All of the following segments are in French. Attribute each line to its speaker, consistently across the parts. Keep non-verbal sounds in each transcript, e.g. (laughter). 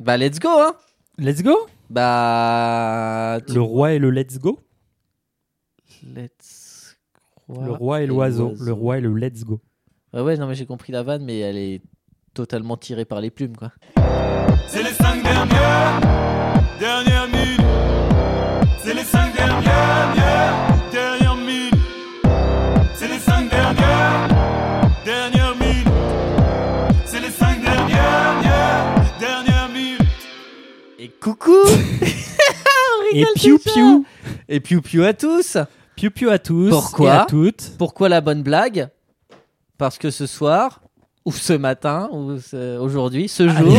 Speaker 1: Bah, let's go, hein.
Speaker 2: Let's go
Speaker 1: Bah. tu-
Speaker 2: Le roi et le let's go
Speaker 1: Let's
Speaker 2: Le roi et l'oiseau. Le roi et le let's go.
Speaker 1: Ouais, ouais, non, mais j'ai compris la vanne, mais elle est totalement tirée par les plumes, quoi.
Speaker 3: C'est les cinq dernières, dernières minutes. C'est les cinq dernières, dernières, dernières minutes. C'est les cinq dernières, dernières minutes. C'est les cinq dernières, dernières, dernières minutes.
Speaker 1: Et (laughs) coucou
Speaker 2: Et
Speaker 1: rigole
Speaker 2: piou
Speaker 1: déjà.
Speaker 2: piou
Speaker 1: Et piou piou à tous
Speaker 2: Piou piou à tous
Speaker 1: Pourquoi
Speaker 2: et à toutes.
Speaker 1: Pourquoi la bonne blague Parce que ce soir, ou ce matin, ou ce- aujourd'hui, ce (laughs) jour,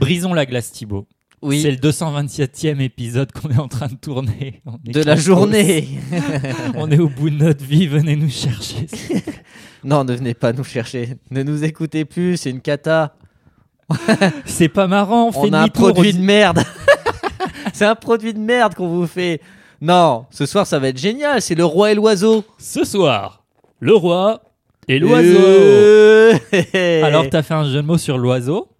Speaker 4: Brisons la glace, Thibaut. C'est
Speaker 1: oui,
Speaker 4: le 227e épisode qu'on est en train de tourner. On est
Speaker 1: de la
Speaker 4: craqués.
Speaker 1: journée.
Speaker 4: (laughs)
Speaker 1: (laughs)
Speaker 4: On est au bout de notre vie, venez nous chercher.
Speaker 1: non, ne venez pas nous chercher. Ne nous écoutez plus, c'est une cata.
Speaker 4: C'est pas marrant, on fait
Speaker 1: On a un
Speaker 4: demi-tour.
Speaker 1: produit de
Speaker 4: (laughs)
Speaker 1: merde. c'est un produit de merde qu'on vous fait. Non, ce soir, ça va être génial. C'est le roi et l'oiseau.
Speaker 4: Ce soir, le roi et l'oiseau.
Speaker 1: Euh,
Speaker 4: (laughs) Alors, t'as fait un jeu de mots sur l'oiseau.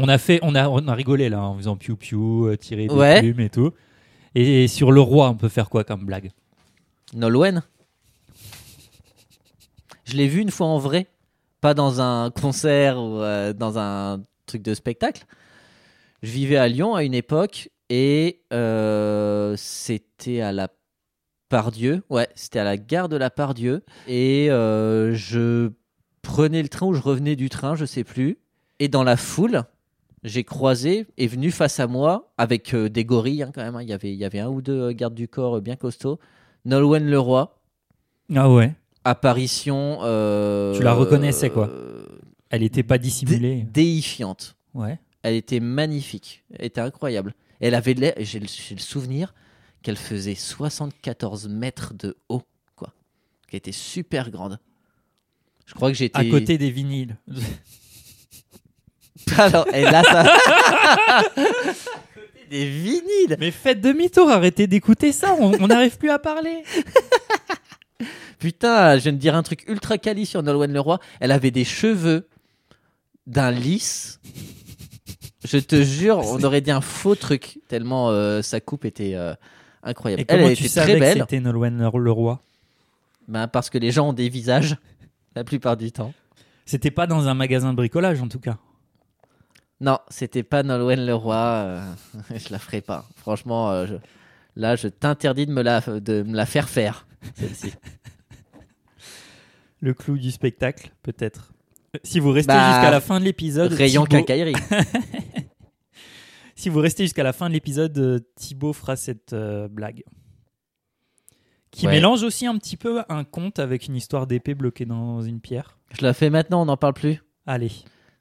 Speaker 4: On a fait, on a, on a rigolé là en faisant piou piou, euh, tirer des
Speaker 1: Ouais.
Speaker 4: plumes et tout. Et, sur le roi, on peut faire quoi comme blague
Speaker 1: Nolwenn. Je l'ai vu une fois en vrai, pas dans un concert ou euh, dans un truc de spectacle. Je vivais à Lyon à une époque et euh, c'était à la Pardieu. Ouais, c'était à la gare de la Pardieu et euh, je prenais le train ou je revenais du train, je sais plus. Et dans la foule, j'ai croisé est venu face à moi avec euh, des gorilles hein, quand même. hein. Il y avait il y avait un ou deux euh, gardes du corps euh, bien costauds. Nolwenn Leroy,
Speaker 4: Ah ouais.
Speaker 1: apparition. euh,
Speaker 4: Tu la reconnaissais, quoi.
Speaker 1: euh,
Speaker 4: Elle était pas dissimulée.
Speaker 1: Déifiante.
Speaker 4: Ouais.
Speaker 1: Elle était magnifique. Elle était incroyable. Elle avait de l'air. J'ai le, j'ai le souvenir qu'elle faisait 74 mètres de haut, quoi. Qu'elle était super grande. Je crois que j'étais.
Speaker 4: À côté des vinyles.
Speaker 1: (laughs) Alors, et là, ça. (laughs) À côté Des vinyles.
Speaker 4: Mais faites demi-tour, arrêtez d'écouter ça, on on n'arrive plus à parler.
Speaker 1: Putain, je viens de dire un truc ultra quali sur Nolwenn Leroy. Elle avait des cheveux d'un lisse. Je te jure, on aurait dit un faux truc, tellement euh, sa coupe était euh, incroyable.
Speaker 4: Et
Speaker 1: elle
Speaker 4: comment
Speaker 1: elle
Speaker 4: tu
Speaker 1: était
Speaker 4: savais
Speaker 1: très
Speaker 4: que
Speaker 1: belle,
Speaker 4: c'était Nolwenn Leroy- Leroy
Speaker 1: bah, parce que les gens ont des visages la plupart du temps.
Speaker 4: C'était pas dans un magasin de bricolage en tout cas.
Speaker 1: Non, c'était pas Nolwenn Leroy. euh, (laughs) je la ferai pas. Franchement, euh, je- là, je t'interdis de, me la- de me la faire faire. celle-ci.
Speaker 4: Le clou du spectacle, peut-être. Euh, Si vous restez
Speaker 1: Bah,
Speaker 4: jusqu'à la fin de l'épisode,
Speaker 1: Rayon
Speaker 4: Thibaut-
Speaker 1: quincaillerie.
Speaker 4: Si vous restez jusqu'à la fin de l'épisode, euh, Thibaut fera cette euh, blague. Qui
Speaker 1: Ouais.
Speaker 4: mélange aussi un petit peu un conte avec une histoire d'épée bloquée dans une pierre.
Speaker 1: Je la fais maintenant, on n'en parle plus.
Speaker 4: Allez.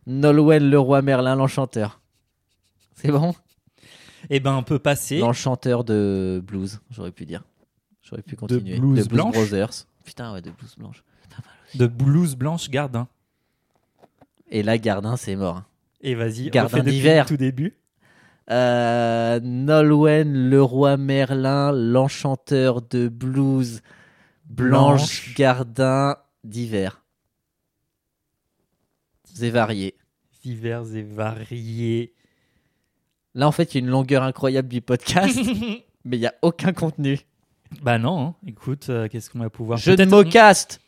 Speaker 1: Nolwenn le roi Merlin, l'enchanteur. C'est bon
Speaker 4: Eh ben, on peut passer.
Speaker 1: L'enchanteur de blues, j'aurais pu dire. J'aurais pu continuer.
Speaker 4: blues
Speaker 1: de blues
Speaker 4: blanche
Speaker 1: Brothers. Putain, ouais, de blues blanche. Pas mal.
Speaker 4: De blouse blanche hein. Gardin.
Speaker 1: Et là, Gardin, c'est mort. hein.
Speaker 4: Et vas-y, on
Speaker 1: Gardin
Speaker 4: fait depuis
Speaker 1: d'hiver.
Speaker 4: le tout début.
Speaker 1: Euh, Nolwenn, le roi Merlin, l'enchanteur de blues, Blanche,
Speaker 4: Blanche.
Speaker 1: Gardin, d'hiver. C'est varié.
Speaker 4: Divers et variés.
Speaker 1: Là, en fait, il y a une longueur incroyable du
Speaker 4: Ah,
Speaker 1: podcast,
Speaker 4: (laughs)
Speaker 1: mais il n'y a aucun contenu.
Speaker 4: bah non, hein. écoute, euh, qu'est-ce qu'on va pouvoir...
Speaker 1: Je ne
Speaker 4: Peut-être-
Speaker 1: me caste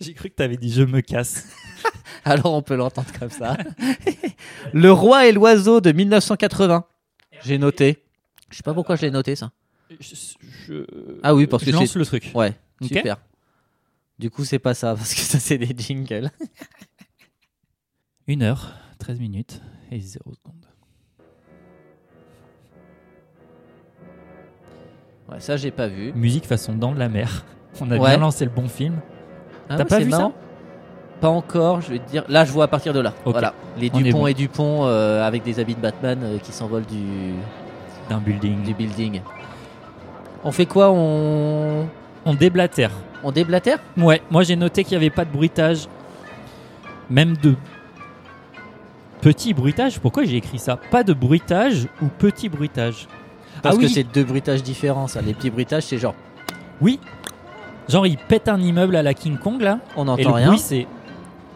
Speaker 4: J'ai cru que t'avais dit je me casse.
Speaker 1: (laughs) Alors on peut l'entendre comme ça. Le roi et l'oiseau de 1980. J'ai noté. Je sais pas pourquoi je l'ai noté ça. Ah oui, parce que
Speaker 4: je lance
Speaker 1: c'est-
Speaker 4: le truc.
Speaker 1: Ouais,
Speaker 4: Ok.
Speaker 1: super. Du coup, c'est pas ça (laughs) parce que ça c'est des jingles.
Speaker 4: Une heure, 13 minutes et 0 secondes.
Speaker 1: Ouais, ça j'ai pas vu.
Speaker 4: Musique façon dans de la mer. (laughs) On a
Speaker 1: Ouais.
Speaker 4: bien lancé le bon film.
Speaker 1: Ah
Speaker 4: T'as
Speaker 1: ouais,
Speaker 4: pas
Speaker 1: c'est
Speaker 4: vu ça
Speaker 1: marrant. Pas encore, je vais te dire. Là, je vois à partir de là.
Speaker 4: Ok.
Speaker 1: Voilà, les
Speaker 4: On est
Speaker 1: Dupont
Speaker 4: bon.
Speaker 1: et Dupont euh, avec des habits de Batman euh, qui s'envolent du,
Speaker 4: D'un building.
Speaker 1: du building. On fait quoi On
Speaker 4: On déblatère.
Speaker 1: on déblatère
Speaker 4: Ouais, moi j'ai noté qu'il n'y avait pas de bruitage. Même de petit bruitage. Pourquoi j'ai écrit ça Pas de bruitage ou petit bruitage
Speaker 1: Parce
Speaker 4: Ah
Speaker 1: que
Speaker 4: oui.
Speaker 1: c'est deux bruitages différents. Ça, les petits bruitages, c'est genre
Speaker 4: Oui. Genre il pète un immeuble à la King Kong là.
Speaker 1: on
Speaker 4: et le
Speaker 1: n'entend rien.
Speaker 4: bruit c'est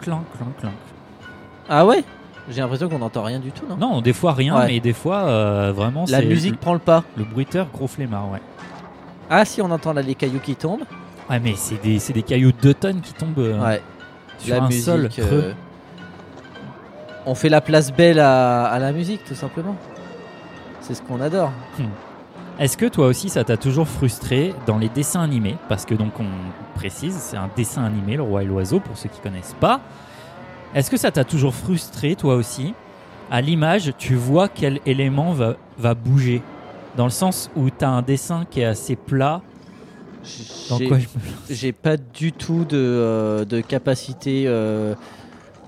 Speaker 4: clank, clank, clank.
Speaker 1: Ah ouais J'ai l'impression qu'on n'entend rien du tout, non,
Speaker 4: Non, des fois rien,
Speaker 1: Ouais.
Speaker 4: mais des fois euh, vraiment
Speaker 1: La
Speaker 4: c'est
Speaker 1: musique prend le pas.
Speaker 4: le, le bruiteur gros flemmard, ouais.
Speaker 1: Ah si, on entend là les cailloux qui tombent.
Speaker 4: Ah mais c'est des, c'est des cailloux de 2 tonnes qui tombent euh,
Speaker 1: Ouais.
Speaker 4: sur
Speaker 1: la
Speaker 4: un
Speaker 1: musique.
Speaker 4: sol
Speaker 1: euh,
Speaker 4: creux.
Speaker 1: On fait la place belle à, à la musique, tout simplement. C'est ce qu'on adore.
Speaker 4: Est-ce que toi aussi ça t'a toujours frustré dans les dessins animés Parce que donc on précise, c'est un dessin animé, Le Roi et l'Oiseau, pour ceux qui connaissent pas. Est-ce que ça t'a toujours frustré toi aussi À l'image, tu vois quel élément va, va bouger Dans le sens où t'as un dessin qui est assez plat. Dans
Speaker 1: J'ai-
Speaker 4: quoi je me-
Speaker 1: J'ai pas du tout de, euh, de capacité euh,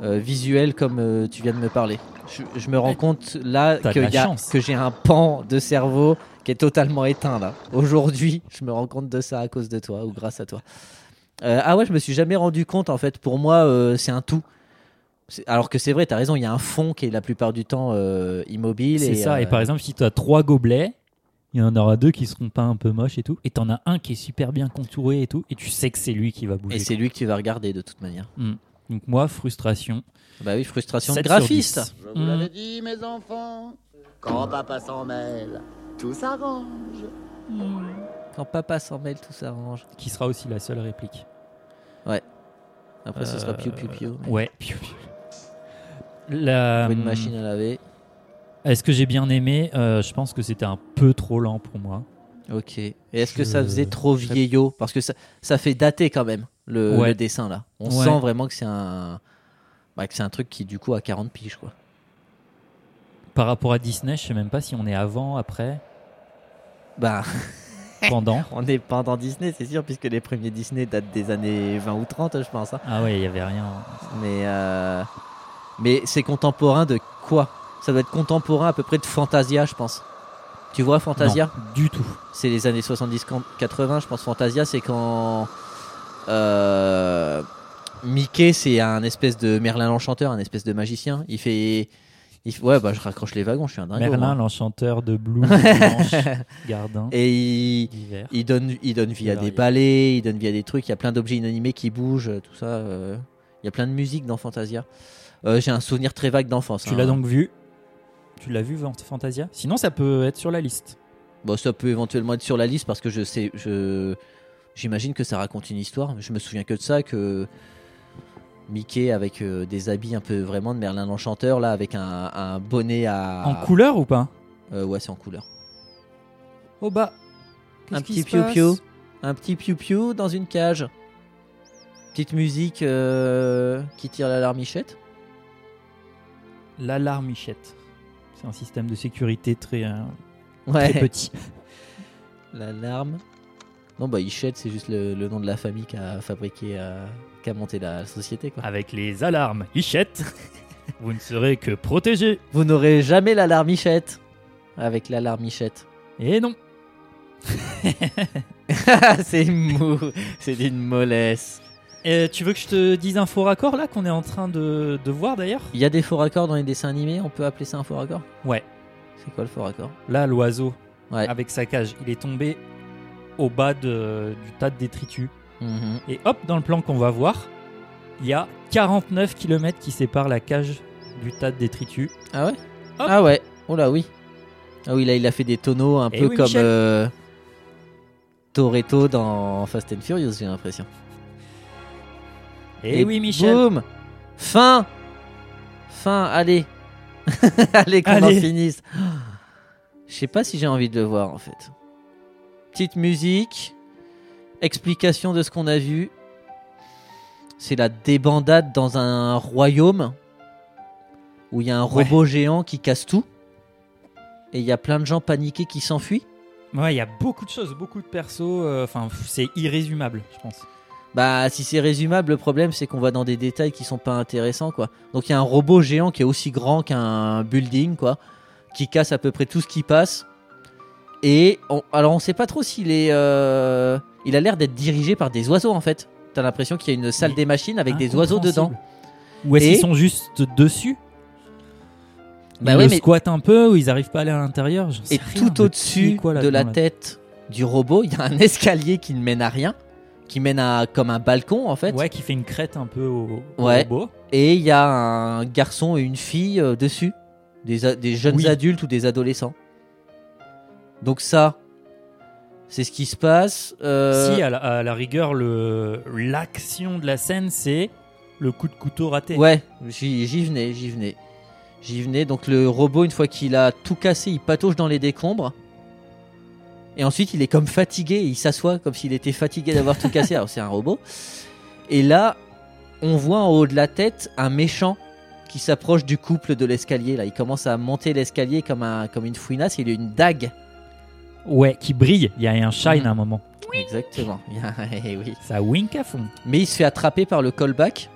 Speaker 1: euh, visuelle comme euh, tu viens de me parler. Je, je me rends
Speaker 4: Ouais.
Speaker 1: compte là
Speaker 4: T'as de
Speaker 1: que,
Speaker 4: la
Speaker 1: y a-
Speaker 4: chance.
Speaker 1: que j'ai un pan de cerveau qui est totalement éteint là. Aujourd'hui, je me rends compte de ça à cause de toi ou grâce à toi. Euh, ah ouais, je me suis jamais rendu compte en fait. Pour moi, euh, c'est un tout. C'est- Alors que c'est vrai, t'as raison, il y a un fond qui est la plupart du temps euh, immobile.
Speaker 4: C'est
Speaker 1: et,
Speaker 4: ça.
Speaker 1: euh,
Speaker 4: Et par exemple, si tu as trois gobelets, il y en aura deux qui seront pas un peu moches et tout. Et t'en as un qui est super bien contouré et tout. Et tu sais que c'est lui qui va bouger.
Speaker 1: et c'est lui que tu vas regarder de toute manière.
Speaker 4: Donc moi, frustration.
Speaker 1: Bah oui, frustration de
Speaker 4: 7 sur
Speaker 1: graphiste.
Speaker 4: 10.
Speaker 5: Je vous
Speaker 4: Mm.
Speaker 5: l'avais dit, mes enfants, quand papa s'en mêle, tout s'arrange.
Speaker 1: Quand papa s'en mêle, tout s'arrange.
Speaker 4: Qui sera aussi la seule réplique.
Speaker 1: Après, ce sera
Speaker 4: Euh,
Speaker 1: piou piou piou. mais
Speaker 4: Ouais. Piou, piou. La-
Speaker 1: trouver une machine à laver.
Speaker 4: euh, Est-ce que j'ai bien aimé Euh, Je pense que c'était un peu trop lent pour moi.
Speaker 1: Ok. Et est-ce que
Speaker 4: Je-
Speaker 1: ça faisait trop
Speaker 4: je-
Speaker 1: vieillot Parce que ça, ça fait dater quand même le,
Speaker 4: Ouais.
Speaker 1: le dessin là. On
Speaker 4: Ouais.
Speaker 1: sent vraiment que c'est un, bah, que c'est un truc qui du coup a 40 piges quoi.
Speaker 4: Par rapport à Disney, je sais même pas si on est
Speaker 1: (laughs)
Speaker 4: avant, après,
Speaker 1: Bah, (laughs)
Speaker 4: pendant.
Speaker 1: on est pendant Disney, c'est sûr, puisque les premiers Disney datent des années 20 ou 30, je pense. hein.
Speaker 4: Ah ouais, il y avait rien.
Speaker 1: Mais, euh, mais c'est contemporain de quoi Ça doit être contemporain à peu près de Fantasia, je pense. Tu vois Fantasia
Speaker 4: Non, du tout.
Speaker 1: c'est les années 70-80, je pense. Fantasia, c'est quand euh, Mickey, c'est un espèce de Merlin l'enchanteur, un espèce de magicien. Il fait. il fait- ouais, bah je raccroche les wagons, je suis un dingo.
Speaker 4: Merlin,
Speaker 1: moi.
Speaker 4: l'enchanteur
Speaker 1: (laughs)
Speaker 4: de blues, blanche, gardin,
Speaker 1: Et il,
Speaker 4: d'hiver.
Speaker 1: il donne, il donne vie à des
Speaker 4: Varié.
Speaker 1: balais, il donne vie à des trucs. Il y a plein d'objets inanimés qui bougent, tout ça. euh, il y a plein de musique dans Fantasia. Euh, J'ai un souvenir très vague d'enfance.
Speaker 4: Tu
Speaker 1: hein.
Speaker 4: l'as donc vu Tu l'as vu Van- Fantasia Sinon ça peut être sur la liste.
Speaker 1: Bon, ça peut éventuellement être sur la liste parce que je sais, je j'imagine que ça raconte une histoire. mais Je me souviens que de ça, que Mickey avec euh, des habits un peu vraiment de Merlin l'enchanteur là, avec un, un bonnet à
Speaker 4: En couleur ou pas
Speaker 1: Euh, ouais, c'est en couleur.
Speaker 4: Oh bah
Speaker 1: Un petit piou piou, un petit piou piou dans une cage. Petite musique euh, qui tire la larmichette.
Speaker 4: L'alarmichette. C'est un système de sécurité très, euh, très
Speaker 1: Ouais.
Speaker 4: petit.
Speaker 1: (laughs) L'alarme. Non bah Ichette, c'est juste le, le nom de la famille qui a fabriqué, euh, qui a monté la société quoi.
Speaker 4: Avec les alarmes (laughs) Ichette, vous ne serez que protégé.
Speaker 1: Vous n'aurez jamais l'alarmichette avec l'alarmichette. (laughs)
Speaker 4: Et Eh non.
Speaker 1: c'est mou, c'est d'une mollesse.
Speaker 4: Euh, tu veux que je te dise un faux raccord là qu'on est en train de, de voir d'ailleurs
Speaker 1: Il y a des faux raccords dans les dessins animés, on peut appeler ça un faux raccord
Speaker 4: Ouais.
Speaker 1: C'est quoi le faux raccord
Speaker 4: Là, l'oiseau,
Speaker 1: Ouais.
Speaker 4: avec sa cage, il est tombé au bas de- du tas de détritus.
Speaker 1: Mhm.
Speaker 4: Et hop, dans le plan qu'on va voir, il y a 49 km qui séparent la cage du tas de détritus.
Speaker 1: Ah ouais Ah ouais, oh là oui. Ah oui, là il a fait des tonneaux un
Speaker 4: Eh
Speaker 1: peu
Speaker 4: oui,
Speaker 1: comme
Speaker 4: Michel.
Speaker 1: euh, Toretto dans Fast and Furious, j'ai l'impression.
Speaker 4: Et, Eh oui, Michel.
Speaker 1: Boum Fin Fin, allez (laughs) Allez, qu'on en
Speaker 4: Allez.
Speaker 1: finisse. Je sais pas si j'ai envie de le voir en fait. Petite musique, explication de ce qu'on a vu. C'est la débandade dans un royaume où il y a un
Speaker 4: Ouais.
Speaker 1: robot géant qui casse tout. Et il y a plein de gens paniqués qui s'enfuient.
Speaker 4: Ouais, il y a beaucoup de choses, beaucoup de persos. euh, Enfin, pff, c'est irrésumable, je pense.
Speaker 1: Bah, si c'est résumable, le problème c'est qu'on va dans des détails qui sont pas intéressants, quoi. Donc il y a un robot géant qui est aussi grand qu'un building, quoi, qui casse à peu près tout ce qui passe. Et on- alors on sait pas trop s'il est, euh, il a l'air d'être dirigé par des oiseaux en fait. T'as l'impression qu'il y a une salle
Speaker 4: Mais
Speaker 1: des machines avec des oiseaux dedans.
Speaker 4: Ou est-ce
Speaker 1: Et-
Speaker 4: qu'ils sont juste dessus
Speaker 1: Bah
Speaker 4: Ils
Speaker 1: ouais,
Speaker 4: le
Speaker 1: mais-
Speaker 4: squattent un peu ou ils arrivent pas à aller à l'intérieur j'en sais
Speaker 1: Et tout
Speaker 4: rien, de qui est
Speaker 1: au-dessus
Speaker 4: quoi
Speaker 1: de la
Speaker 4: là-dedans, là.
Speaker 1: tête du robot, il y a un (laughs) escalier qui ne mène à rien, qui mène à comme un balcon en fait.
Speaker 4: Ouais, qui fait une crête un peu au, au
Speaker 1: Ouais.
Speaker 4: robot.
Speaker 1: et il y a un garçon et une fille euh, dessus, des, a- des jeunes
Speaker 2: Oui.
Speaker 1: adultes ou des adolescents. Donc ça, c'est ce qui se passe. euh,
Speaker 4: Si, à la, à la rigueur, le- l'action de la scène, c'est le coup de couteau raté.
Speaker 1: Ouais, j'y j'y venais, j'y venais. J'y venais. Donc le robot, une fois qu'il a tout cassé, il patauge dans les décombres. Et ensuite, il est comme fatigué, il s'assoit comme s'il était fatigué d'avoir tout cassé. Alors c'est un robot. Et là, on voit en haut de la tête un méchant qui s'approche du couple de l'escalier. Là, il commence à monter l'escalier comme, un, comme une fouinasse. Il a une dague.
Speaker 4: Ouais, qui brille. Il y a un shine
Speaker 1: Mm.
Speaker 4: à un moment.
Speaker 1: Exactement. (laughs) Eh oui.
Speaker 4: Ça wink à fond.
Speaker 1: Mais il se fait attraper par le callback,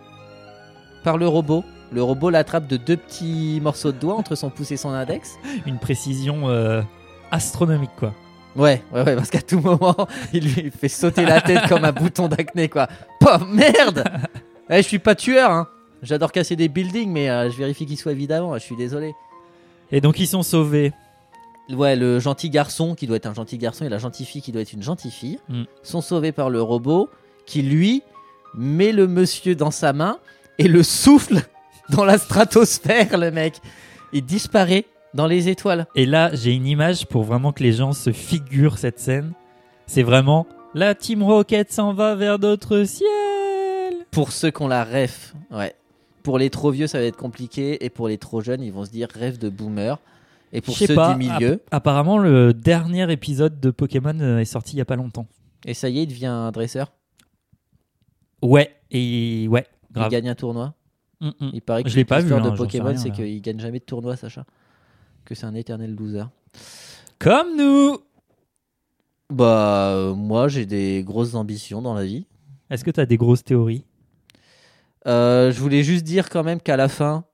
Speaker 1: par le robot. Le robot l'attrape de deux petits morceaux de doigts entre son pouce et son index.
Speaker 4: Une précision euh, astronomique, quoi.
Speaker 1: Ouais, ouais, ouais, parce qu'à tout moment, (laughs) il lui fait sauter la tête comme un bouton d'acné, quoi. Pauvre merde Eh, Je suis pas tueur, hein. J'adore casser des buildings, mais euh, je vérifie qu'il soit évidemment, je suis désolé.
Speaker 4: Et donc, ils sont sauvés.
Speaker 1: Ouais, le gentil garçon, qui doit être un gentil garçon, et la gentille fille, qui doit être une gentille fille,
Speaker 4: Mm.
Speaker 1: sont sauvés par le robot, qui lui met le monsieur dans sa main et le souffle (laughs) dans la stratosphère, le mec. Il disparaît dans les étoiles.
Speaker 4: Et là, j'ai une image pour vraiment que les gens se figurent cette scène. C'est vraiment la Team Rocket s'en va vers d'autres ciels.
Speaker 1: Pour ceux qui ont la ref, ouais. Pour les trop vieux, ça va être compliqué, et pour les trop jeunes, ils vont se dire rêve de boomer. Et pour
Speaker 4: Je sais
Speaker 1: ceux
Speaker 4: pas, Ah,
Speaker 1: du milieu,
Speaker 4: app- apparemment, le dernier épisode de Pokémon euh, est sorti il y a pas longtemps.
Speaker 1: et ça y est, il devient un dresseur.
Speaker 4: Ouais, et ouais,
Speaker 1: Il
Speaker 4: grave.
Speaker 1: gagne un tournoi.
Speaker 4: Mm, mm.
Speaker 1: Il paraît que
Speaker 4: Je l'ai pas vu,
Speaker 1: l'histoire
Speaker 4: hein,
Speaker 1: de
Speaker 4: j'en sais
Speaker 1: Pokémon,
Speaker 4: rien,
Speaker 1: c'est
Speaker 4: là.
Speaker 1: qu'il gagne jamais de tournoi, Sacha. Que c'est un éternel loser.
Speaker 4: Comme nous.
Speaker 1: Bah, euh, moi, j'ai des grosses ambitions dans la vie.
Speaker 4: Est-ce que tu as des grosses théories
Speaker 1: Euh, je voulais juste dire quand même qu'à la fin,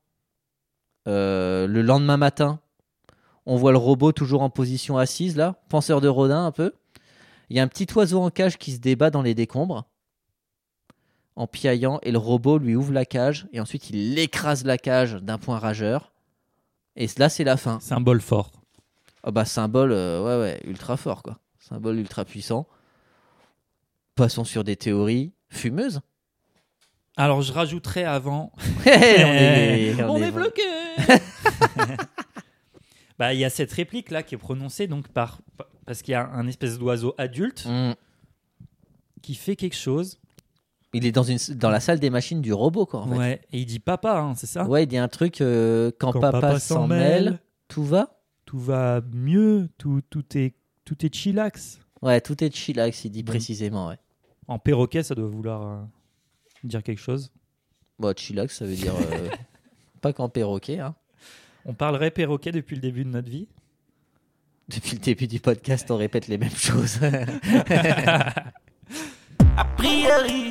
Speaker 1: euh, le lendemain matin, on voit le robot toujours en position assise, là, penseur de Rodin un peu. Il y a un petit oiseau en cage qui se débat dans les décombres, en piaillant, et le robot lui ouvre la cage, et ensuite il écrase la cage d'un point rageur. Et là, c'est la fin.
Speaker 4: Symbole fort.
Speaker 1: Ah bah symbole, euh, ouais ouais, ultra fort quoi. Symbole ultra puissant. Passons sur des théories fumeuses. (laughs)
Speaker 4: Alors je rajouterai avant.
Speaker 1: on est, on est-
Speaker 4: (laughs) bloqué. Bah il y a cette réplique là qui est prononcée donc par parce qu'il y a un espèce d'oiseau adulte
Speaker 1: Mm.
Speaker 4: qui fait quelque chose.
Speaker 1: Il est dans une dans la salle des machines du robot quoi. En fait.
Speaker 4: Ouais. Et il dit papa, hein, c'est ça
Speaker 1: Ouais, il dit un truc euh, quand,
Speaker 2: Quand
Speaker 1: papa,
Speaker 2: papa
Speaker 1: s'en mêle, tout va.
Speaker 2: Tout va mieux, tout, tout est tout est chillax.
Speaker 1: Ouais, tout est chillax, il dit
Speaker 2: Mm.
Speaker 1: précisément. Ouais.
Speaker 4: En perroquet, ça doit vouloir euh, dire quelque chose.
Speaker 1: Bon, chillax, ça veut dire euh, (laughs) pas qu'en perroquet. Hein.
Speaker 4: On parlerait perroquet depuis le début de notre vie.
Speaker 1: Depuis le début du podcast, on répète les mêmes choses. (laughs)
Speaker 6: A priori,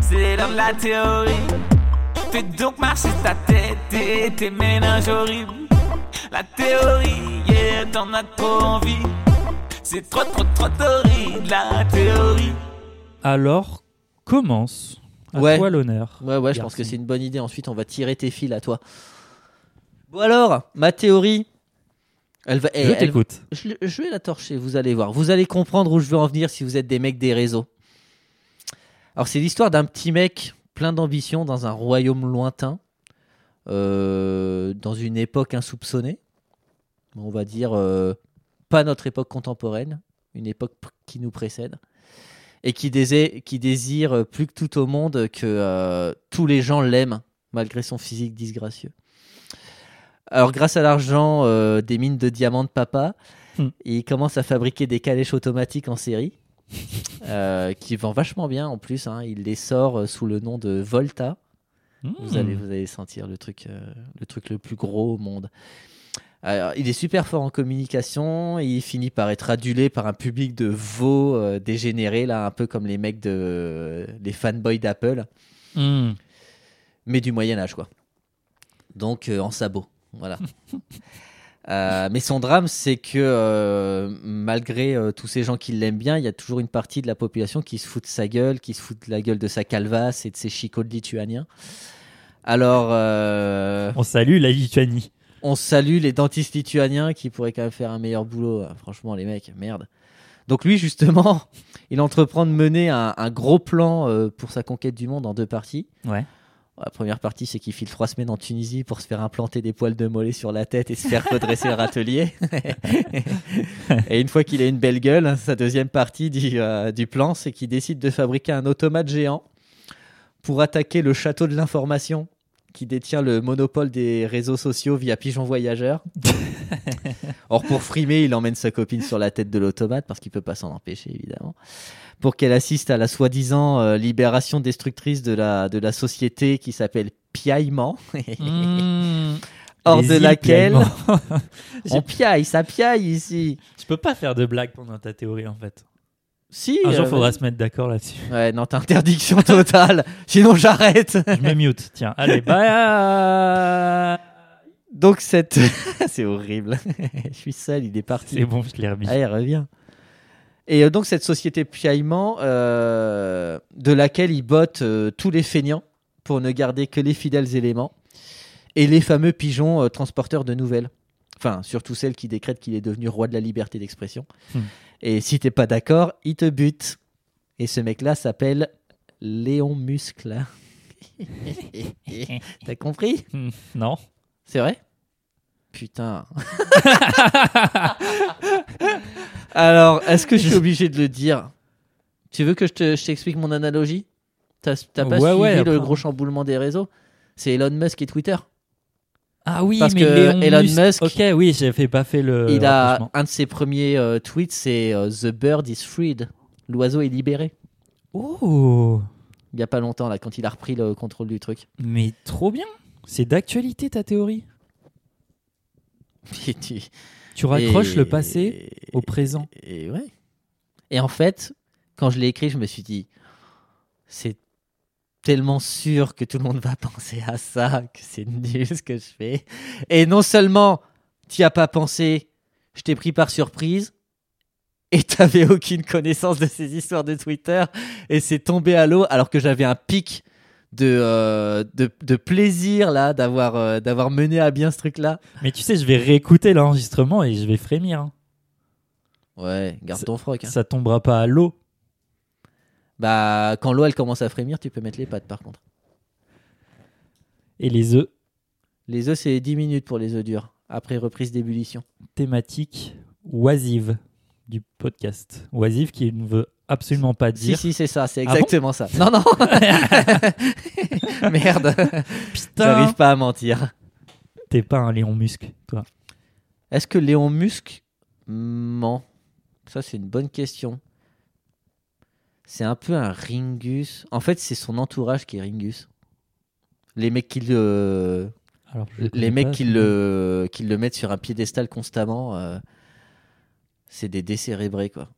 Speaker 6: c'est l'homme de la théorie. Fais donc marcher ta tête et tes ménages horribles. La théorie, yeah, t'en as trop envie. C'est trop, trop, trop torride, la théorie.
Speaker 4: Alors commence. À
Speaker 1: Ouais.
Speaker 4: toi l'honneur.
Speaker 1: Ouais, ouais, je
Speaker 4: Garçon.
Speaker 1: pense que c'est une bonne idée. Ensuite, on va tirer tes fils à toi. Bon, alors, ma théorie. Elle va,
Speaker 4: Je
Speaker 1: elle- elle-
Speaker 4: t'écoute.
Speaker 1: je, le- je vais la torcher, vous allez voir. Vous allez comprendre où je veux en venir si vous êtes des mecs des réseaux. Alors, c'est l'histoire d'un petit mec plein d'ambition dans un royaume lointain, euh, dans une époque insoupçonnée. On va dire euh, pas notre époque contemporaine, une époque pr- qui nous précède. Et qui, désé- qui désire euh, plus que tout au monde que euh, tous les gens l'aiment, malgré son physique disgracieux. Alors, grâce à l'argent euh, des mines de diamants de papa,
Speaker 4: Hmm.
Speaker 1: il commence à fabriquer des calèches automatiques en série, euh, qui vend vachement bien en plus. hein. Il les sort euh, sous le nom de Volta. Vous,
Speaker 4: Mmh.
Speaker 1: allez, vous allez sentir le truc, euh, le truc le plus gros au monde. Alors, il est super fort en communication. et il finit par être adulé par un public de veaux euh, dégénérés, là, un peu comme les mecs de. euh, les fanboys d'Apple
Speaker 4: Mmh.
Speaker 1: mais du Moyen Âge, quoi. Donc euh, en sabot, voilà. Euh, mais son drame, c'est que euh, malgré euh, tous ces gens qui l'aiment bien, il y a toujours une partie de la population qui se fout de sa gueule, qui se fout de la gueule de sa calvasse et de ses chicots de lituaniens. Alors, euh,
Speaker 4: On salue la Lituanie.
Speaker 1: on salue les dentistes lituaniens qui pourraient quand même faire un meilleur boulot. hein. Franchement, les mecs, merde. Donc lui, justement, (laughs) il entreprend de mener un, un gros plan euh, pour sa conquête du monde en deux parties.
Speaker 4: Ouais.
Speaker 1: La première partie, c'est qu'il file trois semaines en Tunisie pour se faire implanter des poils de mollet sur la tête et se faire redresser un râtelier. et une fois qu'il a une belle gueule, sa deuxième partie du, euh, du plan, c'est qu'il décide de fabriquer un automate géant pour attaquer le château de l'information qui détient le monopole des réseaux sociaux via Pigeon
Speaker 4: (laughs)
Speaker 1: Voyageur. Or, pour frimer, il emmène sa copine sur la tête de l'automate parce qu'il peut pas s'en empêcher, évidemment pour qu'elle assiste à la soi-disant euh, libération destructrice de la, de la société qui s'appelle
Speaker 4: (laughs)
Speaker 1: Piaillement,
Speaker 4: Mmh.
Speaker 1: Hmm. hors
Speaker 4: Les
Speaker 1: de
Speaker 4: îles
Speaker 1: laquelle
Speaker 4: (laughs) Piaillement.
Speaker 1: on piaille, ça piaille ici.
Speaker 4: Je peux pas faire de blague pendant ta théorie en fait.
Speaker 1: Si.
Speaker 4: Un jour,
Speaker 1: euh,
Speaker 4: faudra se mettre d'accord là-dessus.
Speaker 1: Ouais, non, t'as interdiction totale, sinon j'arrête.
Speaker 4: Je me mute. Tiens,
Speaker 1: (laughs)
Speaker 4: allez, bye.
Speaker 1: Donc cette... (laughs) C'est horrible. (laughs) Je suis seul, il est parti.
Speaker 4: C'est bon, je l'ai remis.
Speaker 1: Allez, reviens. Ah, Et euh, donc, cette société Piaillement, euh, de laquelle ils bottent euh, tous les feignants pour ne garder que les fidèles éléments et les fameux pigeons euh, transporteurs de nouvelles. Enfin, surtout celle qui décrète qu'il est devenu roi de la liberté d'expression.
Speaker 4: Hmm.
Speaker 1: Et si t'es pas d'accord, il te bute. Et ce mec-là s'appelle Léon Muscle. (laughs) T'as compris
Speaker 4: Hmm, Non.
Speaker 1: C'est vrai Putain. Alors, est-ce que je
Speaker 4: (laughs)
Speaker 1: suis obligé de le dire Tu veux que je te- je t'explique mon analogie T'as t'as pas
Speaker 4: Ouais,
Speaker 1: suivi
Speaker 4: ouais,
Speaker 1: le
Speaker 4: après.
Speaker 1: gros chamboulement des réseaux C'est Elon Musk et Twitter.
Speaker 4: Ah oui,
Speaker 1: Parce
Speaker 4: mais
Speaker 1: que
Speaker 4: Léon
Speaker 1: Elon Musk-
Speaker 4: Ok, oui, j'avais pas fait le.
Speaker 1: Il a
Speaker 4: rapprochement.
Speaker 1: un de ses premiers euh, tweets, c'est euh, The bird is freed. L'oiseau est libéré.
Speaker 4: Oh,
Speaker 1: Il y a pas longtemps là, quand il a repris le contrôle du truc.
Speaker 4: mais trop bien. C'est d'actualité ta théorie.
Speaker 1: Et tu-
Speaker 4: Tu raccroches
Speaker 1: Et-
Speaker 4: le passé au présent.
Speaker 1: Et ouais. Et en fait, quand je l'ai écrit, je me suis dit, c'est tellement sûr que tout le monde va (laughs) penser à ça, que c'est nul ce que je fais. Et non seulement t'y as pas pensé, je t'ai pris par surprise, et (laughs) t'avais aucune connaissance de ces histoires de Twitter, et c'est tombé à l'eau alors que j'avais un pic de, euh, de, de plaisir là, d'avoir euh, d'avoir mené à bien ce truc-là.
Speaker 4: Mais tu sais, je vais réécouter l'enregistrement et je vais frémir. hein.
Speaker 1: Ouais, garde
Speaker 4: C'est-
Speaker 1: ton froc. hein.
Speaker 4: Ça tombera pas à l'eau.
Speaker 1: Bah, quand l'eau elle commence à frémir, tu peux mettre les pattes par contre.
Speaker 4: Et les œufs
Speaker 1: Les œufs, c'est 10 minutes pour les œufs durs, après reprise d'ébullition.
Speaker 4: thématiques oisives du podcast. Oisive qui ne veut absolument pas
Speaker 1: Si,
Speaker 4: dire.
Speaker 1: si, c'est ça, c'est
Speaker 4: Ah bon
Speaker 1: exactement
Speaker 4: (laughs)
Speaker 1: ça. Non, non (laughs) Merde, j'arrive
Speaker 4: Putain,
Speaker 1: pas à mentir.
Speaker 4: t'es pas un Léon Musc, toi.
Speaker 1: Est-ce que Léon Musc ment Ça, c'est une bonne question. C'est un peu un Ringus. En fait, c'est son entourage qui est Ringus. Les mecs qui le,
Speaker 4: Alors, je connais
Speaker 1: les mecs
Speaker 4: pas,
Speaker 1: qui
Speaker 4: je-
Speaker 1: le, qui le mettent sur un piédestal constamment, euh, c'est des décérébrés, quoi.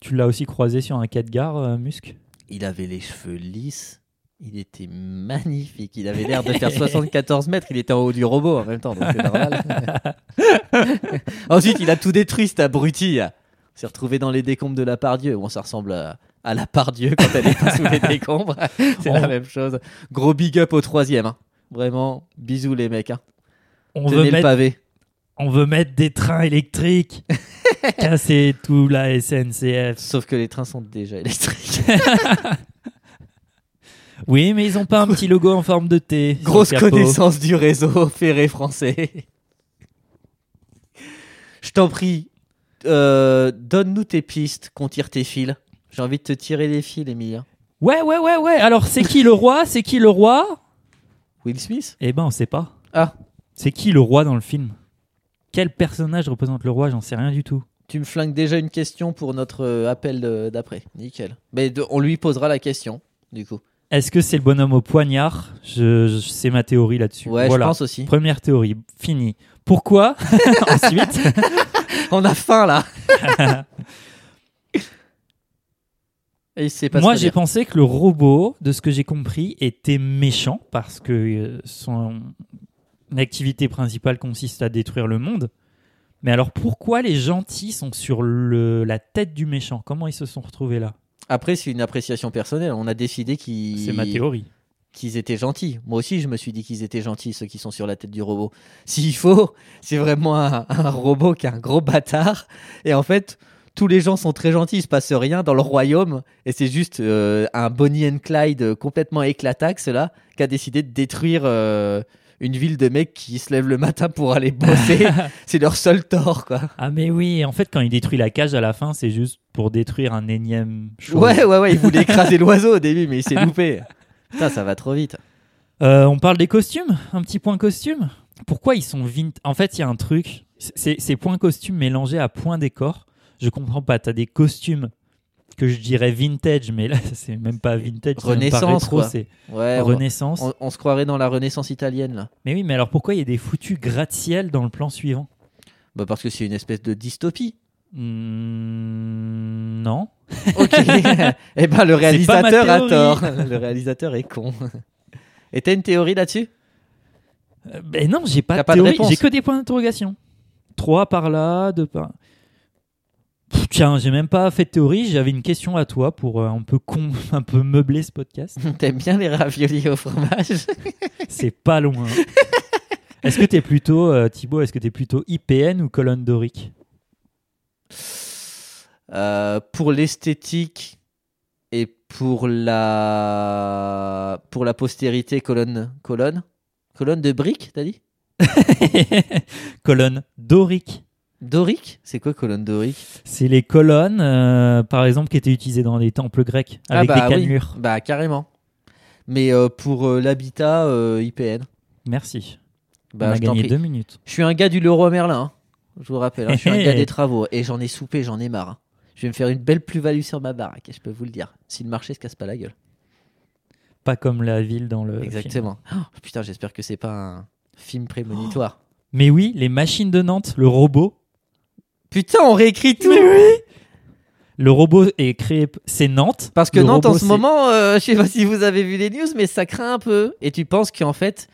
Speaker 4: Tu l'as aussi croisé sur un euh, 4 gare, Musc
Speaker 1: Il avait les cheveux lisses. Il était magnifique. Il avait l'air de (laughs) faire 74 mètres. Il était en haut du robot en même temps, donc c'est normal. (laughs) Ensuite, il a tout détruit, cet abruti. On s'est retrouvé dans les décombres de la Pardieu. Bon, ça ressemble à, à la Pardieu quand elle est pas sous les (laughs) décombres. C'est la
Speaker 4: Oh.
Speaker 1: même chose. Gros big up au troisième. hein. Vraiment, bisous les mecs. Hein.
Speaker 4: on
Speaker 1: Tenez
Speaker 4: veut,
Speaker 1: le
Speaker 4: mettre,
Speaker 1: pavé.
Speaker 4: on veut mettre des
Speaker 1: (laughs)
Speaker 4: trains électriques. Casser tout la SNCF.
Speaker 1: Sauf que les trains sont déjà
Speaker 4: (laughs)
Speaker 1: électriques.
Speaker 4: Oui, mais ils ont pas un petit logo en forme de T. sur
Speaker 1: Grosse
Speaker 4: le capot.
Speaker 1: connaissance du réseau ferré français. Je t'en prie, euh, donne-nous tes pistes, qu'on tire tes fils. J'ai envie de te tirer les fils, Emilia.
Speaker 4: Ouais, ouais, ouais, ouais. Alors, c'est qui le roi C'est qui le roi
Speaker 1: Will Smith
Speaker 4: Eh ben, on sait pas.
Speaker 1: Ah.
Speaker 4: C'est qui le roi dans le film Quel personnage représente le roi J'en sais rien du tout.
Speaker 1: Tu me flingues déjà une question pour notre euh, appel euh, d'après. Nickel. Mais de- on lui posera la question, du coup.
Speaker 4: Est-ce que c'est le bonhomme au poignard je, je- C'est ma théorie là-dessus.
Speaker 1: Ouais,
Speaker 4: voilà.
Speaker 1: je pense aussi.
Speaker 4: Première théorie, fini. Pourquoi (laughs) Ensuite,
Speaker 1: On a faim, là
Speaker 4: (laughs)
Speaker 1: Et il sait pas se
Speaker 4: moi
Speaker 1: redire.
Speaker 4: j'ai pensé que le robot, de ce que j'ai compris, était méchant parce que euh, son activité principale consiste à détruire le monde. Mais alors pourquoi les gentils sont sur le- la tête du méchant Comment ils se sont retrouvés là
Speaker 1: Après, c'est une appréciation personnelle. On a décidé qu'il...
Speaker 4: C'est ma théorie.
Speaker 1: qu'ils étaient gentils. Moi aussi, je me suis dit qu'ils étaient gentils, ceux qui sont sur la tête du robot. (laughs) S'il faut, c'est vraiment un, un robot qui est un gros bâtard. Et en fait, tous les gens sont très gentils, il se passe rien dans le royaume, et c'est juste euh, un Bonnie and Clyde euh, complètement éclataxe là, qui a décidé de détruire euh, une ville de mecs qui se lèvent le matin pour aller bosser. c'est leur seul tort, quoi.
Speaker 4: Ah mais oui, en fait quand il détruit la cage à la fin, c'est juste pour détruire un énième chose.
Speaker 1: Ouais, ouais, ouais, il voulait écraser l'oiseau au début, mais il s'est loupé. Putain, ça va trop vite.
Speaker 4: Euh, on parle des costumes, un petit point costume. Pourquoi ils sont vint En fait, il y a un truc, c'est c'est points costumes mélangés à points décor. Je comprends pas, t'as des costumes que je dirais vintage, mais là (laughs) c'est même pas vintage, c'est même pas
Speaker 1: Renaissance,
Speaker 4: rétro,
Speaker 1: quoi.
Speaker 4: c'est
Speaker 1: Ouais, on,
Speaker 4: renaissance.
Speaker 1: on- on se croirait dans la Renaissance italienne, là.
Speaker 4: Mais oui, mais alors pourquoi il y a des foutus gratte-ciel dans le plan suivant
Speaker 1: Bah, parce que c'est une espèce de dystopie.
Speaker 4: Hmm, Non.
Speaker 1: Ok. (laughs) Eh ben, le
Speaker 4: C'est pas ma
Speaker 1: réalisateur a
Speaker 4: théorie.
Speaker 1: tort. (laughs) Le réalisateur est con. Et t'as une théorie là-dessus (laughs)
Speaker 4: Euh, Ben non, j'ai pas,
Speaker 1: T'as
Speaker 4: de
Speaker 1: pas de
Speaker 4: théorie,
Speaker 1: réponse.
Speaker 4: j'ai que des points d'interrogation. Trois par là, deux par. Pff, tiens, j'ai même pas fait de théorie. J'avais une question à toi pour euh, un peu con, (laughs) un peu meubler ce podcast.
Speaker 1: T'aimes bien les raviolis au fromage
Speaker 4: C'est
Speaker 1: (laughs)
Speaker 4: pas loin. Est-ce que t'es plutôt euh, Thibaut Est-ce que t'es plutôt IPN ou
Speaker 1: (laughs)
Speaker 4: colonne dorique
Speaker 1: Euh, Pour l'esthétique et pour la pour la postérité colonne colonne colonne de briques, t'as dit
Speaker 4: Colonne dorique.
Speaker 1: Dorique C'est quoi colonne dorique
Speaker 4: C'est les colonnes, euh, par exemple, qui étaient utilisées dans les temples grecs
Speaker 1: Ah
Speaker 4: avec
Speaker 1: bah
Speaker 4: des
Speaker 1: oui.
Speaker 4: cannelures.
Speaker 1: Bah carrément. Mais euh, pour euh, l'habitat euh, IPN,
Speaker 4: Merci.
Speaker 1: bah,
Speaker 4: On a
Speaker 1: je t'en
Speaker 4: gagné
Speaker 1: prie.
Speaker 4: deux minutes.
Speaker 1: Je suis un gars du Leroy Merlin, hein. je vous rappelle. hein. Je suis un
Speaker 4: (laughs)
Speaker 1: gars des travaux et j'en ai soupé, j'en ai marre. hein. Je vais me faire une belle plus-value sur ma baraque, et je peux vous le dire. Si le marché se casse pas la gueule.
Speaker 4: Pas comme la ville dans le. film. Oh.
Speaker 1: Exactement. Oh, putain, j'espère que c'est pas un film prémonitoire.
Speaker 4: Mais oui, les machines de Nantes, le robot.
Speaker 1: Putain, on réécrit tout
Speaker 4: Le robot est créé, p- c'est Nantes.
Speaker 1: Parce que
Speaker 4: Le
Speaker 1: Nantes, en
Speaker 4: robot,
Speaker 1: ce
Speaker 4: c'est-
Speaker 1: moment, euh, je sais pas si vous avez vu les news, mais ça craint un peu. Et tu penses qu'en fait,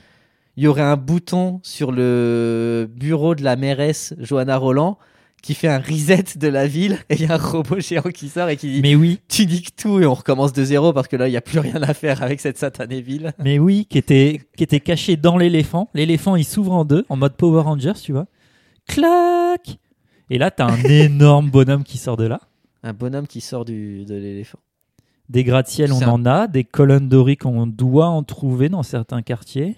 Speaker 1: il y aurait un bouton sur le bureau de la mairesse Johanna Roland qui fait un reset de la ville et il y a un robot géant qui sort et qui dit
Speaker 4: Mais oui,
Speaker 1: tu niques tout et on recommence de zéro parce que là, il n'y a plus rien à faire avec cette satanée ville.
Speaker 4: mais oui, qui était, qui était caché dans l'éléphant. L'éléphant, il s'ouvre en deux, en mode Power Rangers, tu vois. Clac Et
Speaker 1: (laughs)
Speaker 4: là, t'as un énorme bonhomme qui sort de là.
Speaker 1: Un bonhomme qui sort du, de l'éléphant.
Speaker 4: Des gratte-ciel, on
Speaker 1: C'est un-
Speaker 4: en a. Des colonnes doriques, on doit en trouver dans certains quartiers.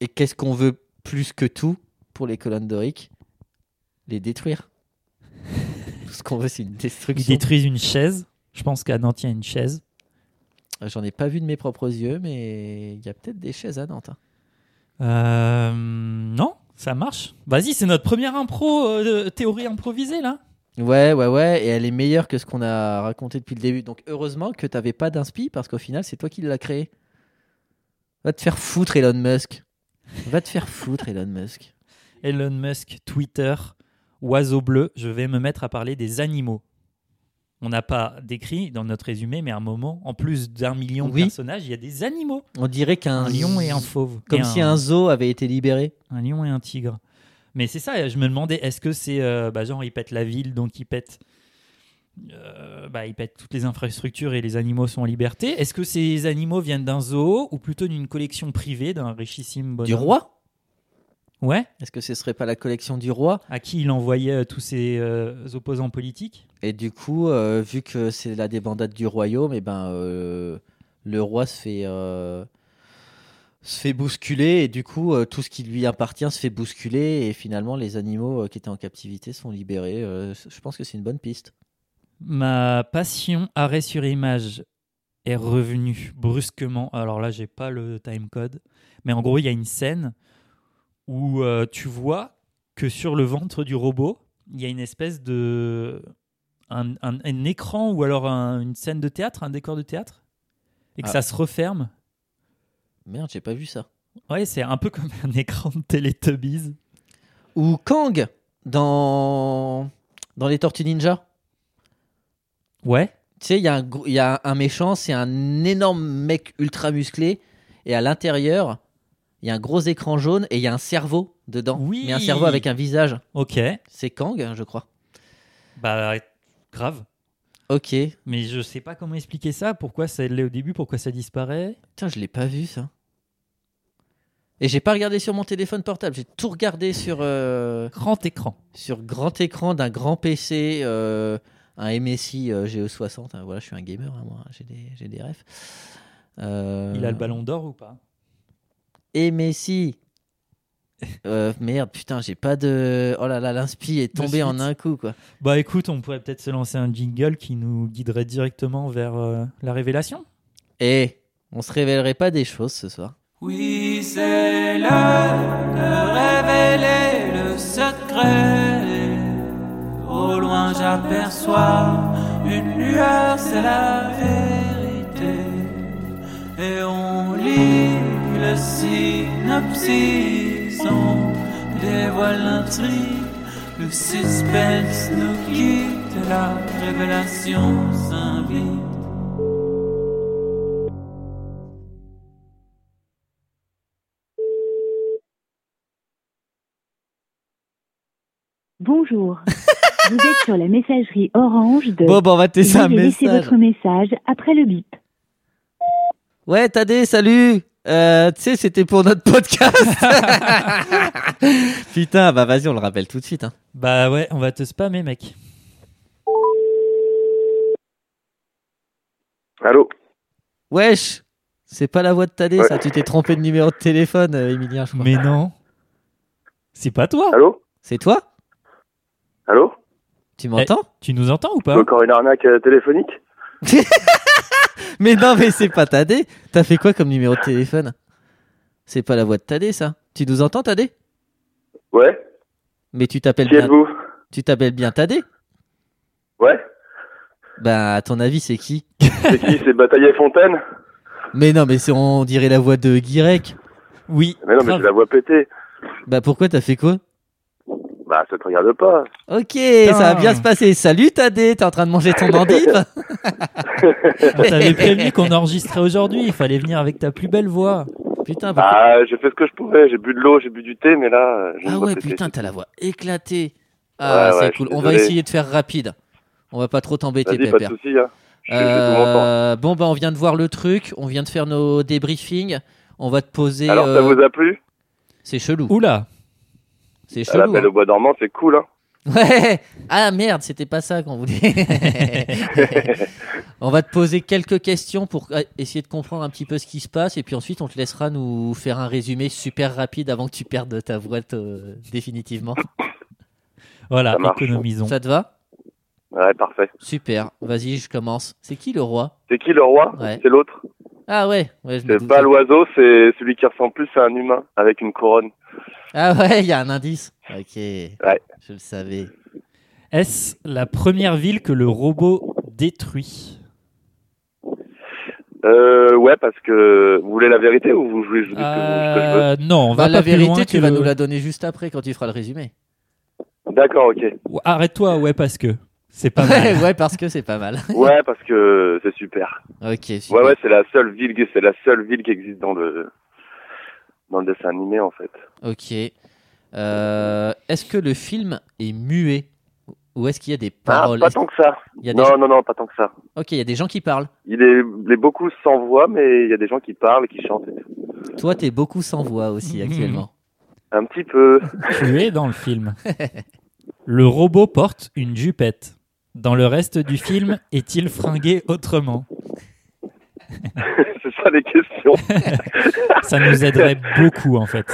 Speaker 1: Et qu'est-ce qu'on veut plus que tout pour les colonnes doriques Les détruire. tout ce qu'on veut, c'est une
Speaker 4: Ils
Speaker 1: destruction.
Speaker 4: détruisent une chaise. Je pense qu'à Nantes, il y a une chaise.
Speaker 1: J'en ai pas vu de mes propres yeux, mais il y a peut-être des chaises à Nantes. hein.
Speaker 4: Euh, non, ça marche. Vas-y, c'est notre première impro, euh, de- théorie improvisée, là.
Speaker 1: Ouais, ouais, ouais. Et elle est meilleure que ce qu'on a raconté depuis le début. Donc heureusement que t'avais pas d'inspi parce qu'au final, c'est toi qui l'as créé. Va te faire foutre, Elon Musk. Va te faire foutre, Elon Musk.
Speaker 4: Elon Musk, Twitter, Oiseau Bleu, je vais me mettre à parler des animaux. On n'a pas décrit dans notre résumé, mais à un moment, en plus d'un million
Speaker 1: Oui.
Speaker 4: de personnages, il y a des animaux.
Speaker 1: On dirait qu'un
Speaker 4: Un lion et un fauve.
Speaker 1: Comme
Speaker 4: Et
Speaker 1: si un zoo avait été libéré.
Speaker 4: un lion et un tigre. Mais c'est ça, je me demandais, est-ce que c'est... euh, bah, genre, ils pètent la ville, donc ils pètent... euh, bah, ils pètent toutes les infrastructures et les animaux sont en liberté. Est-ce que ces animaux viennent d'un zoo ou plutôt d'une collection privée d'un richissime bonhomme
Speaker 1: Du roi
Speaker 4: Ouais.
Speaker 1: Est-ce que ce serait pas la collection du roi
Speaker 4: À qui il envoyait euh, tous ses euh, opposants politiques
Speaker 1: Et du coup, euh, vu que c'est la débandade du royaume, et ben euh, le roi se fait euh, se fait bousculer et du coup euh, tout ce qui lui appartient se fait bousculer et finalement les animaux euh, qui étaient en captivité sont libérés. Euh, c- je pense que c'est une bonne piste.
Speaker 4: Ma passion arrêt sur image est revenue brusquement. Alors là, j'ai pas le time code, mais en gros, il y a une scène où euh, tu vois que sur le ventre du robot, il y a une espèce de un, un- un écran ou alors un- une scène de théâtre, un décor de théâtre, et que
Speaker 1: Ah.
Speaker 4: ça se referme.
Speaker 1: Merde, j'ai pas vu ça.
Speaker 4: Ouais, c'est un peu (laughs) comme un écran de Teletubbies.
Speaker 1: Ou Kang dans dans les Tortues Ninja.
Speaker 4: Ouais.
Speaker 1: Tu sais, il y, a un gros- il y a un méchant, c'est un énorme mec ultra musclé, et à l'intérieur, il y a un gros écran jaune et il y a un cerveau dedans.
Speaker 4: Oui.
Speaker 1: Mais un cerveau avec un visage.
Speaker 4: Ok.
Speaker 1: C'est Kang, hein, je crois.
Speaker 4: Bah grave.
Speaker 1: Ok. Putain,
Speaker 4: Mais je sais pas comment expliquer ça. Pourquoi ça l'est au début Pourquoi ça disparaît
Speaker 1: je l'ai pas vu ça. Et j'ai pas regardé sur mon téléphone portable, j'ai tout regardé sur, euh,
Speaker 4: Grand écran.
Speaker 1: sur grand écran d'un grand PC euh, un MSI euh, GE60. hein, voilà, je suis un gamer, hein, moi, hein, j'ai des, j'ai des refs. Euh,
Speaker 4: Il a le ballon d'or ou pas
Speaker 1: MSI. Euh, merde, putain, j'ai pas de. Oh là là, l'inspi est tombé
Speaker 4: suite.
Speaker 1: en un coup, quoi.
Speaker 4: Bah écoute, on pourrait peut-être se lancer un jingle qui nous guiderait directement vers euh, la révélation.
Speaker 1: Eh, on se révélerait pas des choses ce soir.
Speaker 6: Oui, c'est l'heure de révéler le secret. Au loin, j'aperçois une lueur, c'est la vérité. Et on lit le synopsis, on dévoile l'intrigue. Le suspense nous quitte, la révélation s'invite.
Speaker 7: Bonjour. Vous êtes sur la messagerie orange de.
Speaker 1: Bon, bon, on va te laisser un
Speaker 7: Veuillez laisser
Speaker 1: message.
Speaker 7: votre message après le bip.
Speaker 1: Ouais, Tadé, salut Euh, Tu sais, c'était pour notre podcast. (laughs) Putain, bah vas-y, on le rappelle tout de suite. hein.
Speaker 4: Bah ouais, on va te spammer,
Speaker 1: (laughs)
Speaker 4: mec.
Speaker 8: Allô
Speaker 1: Wesh, c'est pas la voix de Tadé,
Speaker 8: Ouais.
Speaker 1: ça. Tu t'es trompé de numéro de téléphone, euh, Emilien, je crois.
Speaker 4: Mais non, c'est pas toi.
Speaker 8: Allô
Speaker 1: C'est toi
Speaker 8: Allô
Speaker 1: Tu m'entends
Speaker 4: Tu nous entends ou
Speaker 1: Hein
Speaker 4: pas
Speaker 8: Encore une arnaque euh, téléphonique
Speaker 1: Mais non, mais c'est pas Tadé. T'as fait quoi comme numéro de téléphone C'est pas la voix de Tadé, ça. Tu nous entends, Tadé
Speaker 8: Ouais
Speaker 1: Mais tu t'appelles
Speaker 8: Qui
Speaker 1: bien.
Speaker 8: êtes-vous
Speaker 1: Tu t'appelles bien Tadé
Speaker 8: Ouais
Speaker 1: Bah, à ton avis, c'est qui
Speaker 8: C'est qui C'est Bataille et Fontaine
Speaker 1: Mais non, mais c'est on dirait la voix de Guirec.
Speaker 4: Oui.
Speaker 8: Mais non,
Speaker 1: Ah.
Speaker 8: mais
Speaker 4: grave.
Speaker 8: je la vois péter.
Speaker 1: Bah, pourquoi t'as fait quoi
Speaker 8: Bah, ça te regarde pas.
Speaker 1: Ok, ça va bien se passer. Salut Tadé, t'es en train de manger ton endive
Speaker 4: On
Speaker 8: (laughs)
Speaker 4: t'avait prévenu qu'on enregistrait aujourd'hui. Il fallait venir avec ta plus belle voix.
Speaker 1: Putain, pourquoi-
Speaker 8: Ah, j'ai fait ce que je pouvais. J'ai bu de l'eau, j'ai bu du thé, mais là, euh, je
Speaker 1: ah
Speaker 8: me vois
Speaker 1: ouais,
Speaker 8: péter.
Speaker 1: putain, t'as la voix éclatée. Ah,
Speaker 8: Ouais, ouais,
Speaker 1: c'est
Speaker 8: je
Speaker 1: cool.
Speaker 8: suis
Speaker 1: On va
Speaker 8: désolé.
Speaker 1: essayer de faire rapide. On va pas trop t'embêter,
Speaker 8: Vas-y, pas de
Speaker 1: Pépère.
Speaker 8: soucis. Hein. Je, je
Speaker 1: Euh,
Speaker 8: te m'entends.
Speaker 1: bon, bah, on vient de voir le truc. On vient de faire nos débriefings. On va te poser.
Speaker 8: Alors, ça
Speaker 1: euh,
Speaker 8: vous a Ah, plu
Speaker 1: C'est chelou.
Speaker 4: Oula.
Speaker 1: C'est
Speaker 8: À
Speaker 1: chelou.
Speaker 8: l'appel au bois dormant, c'est cool. Hein.
Speaker 1: hein. Ouais. Ah merde, c'était pas ça qu'on voulait. on va te poser quelques questions pour euh, essayer de comprendre un petit peu ce qui se passe. Et puis ensuite, on te laissera nous faire un résumé super rapide avant que tu perdes ta voix euh, définitivement.
Speaker 4: Voilà,
Speaker 8: Ça marche.
Speaker 4: économisons.
Speaker 1: Ça te va
Speaker 8: Ouais, parfait.
Speaker 1: Super. Vas-y, je commence. C'est qui le roi
Speaker 8: C'est qui le roi
Speaker 1: Ouais.
Speaker 8: C'est l'autre.
Speaker 1: Ah ouais, ouais je me
Speaker 8: C'est
Speaker 1: doutais.
Speaker 8: pas l'oiseau, c'est celui qui ressemble plus à un humain avec une couronne.
Speaker 1: Ah ouais, il y a un indice. Ok. Je le savais.
Speaker 4: Est-ce la première ville que le robot détruit
Speaker 8: Euh, ouais, parce que vous voulez la vérité ou vous voulez que je vous dise ce que- ce que je veux
Speaker 4: Euh, Non, on
Speaker 1: Bah,
Speaker 4: va pas
Speaker 1: la
Speaker 4: plus
Speaker 1: vérité,
Speaker 4: loin
Speaker 1: tu
Speaker 4: que
Speaker 1: vas
Speaker 4: le-
Speaker 1: nous la donner juste après quand tu feras le résumé.
Speaker 8: D'accord, ok.
Speaker 4: Ou- Arrête-toi, ouais, parce que
Speaker 1: (laughs)
Speaker 4: c'est pas mal.
Speaker 1: Ouais, ouais, parce que c'est pas mal.
Speaker 8: Ouais, parce que c'est super.
Speaker 1: Ok. super.
Speaker 8: Ouais, ouais, c'est la seule ville, c'est la seule ville qui existe dans le dans le dessin animé en fait.
Speaker 1: Ok. Euh, est-ce que le film est muet ou est-ce qu'il y a des paroles
Speaker 8: Ah, pas
Speaker 1: Est-ce-
Speaker 8: tant que ça.
Speaker 1: il y a des...
Speaker 8: Non, non, non, pas tant que ça.
Speaker 1: Ok, il y a des gens qui parlent.
Speaker 8: Il est, il est beaucoup sans voix, mais il y a des gens qui parlent et qui chantent. et tout.
Speaker 1: Toi, t'es beaucoup sans voix aussi
Speaker 4: (laughs) Mhm.
Speaker 1: actuellement.
Speaker 8: Un petit peu. (laughs)
Speaker 4: tu es dans le film. Le robot porte une jupette. Dans le reste du film, est-il fringué autrement
Speaker 8: c'est ça
Speaker 1: (laughs)
Speaker 8: les questions.
Speaker 4: Ça nous aiderait beaucoup, en fait.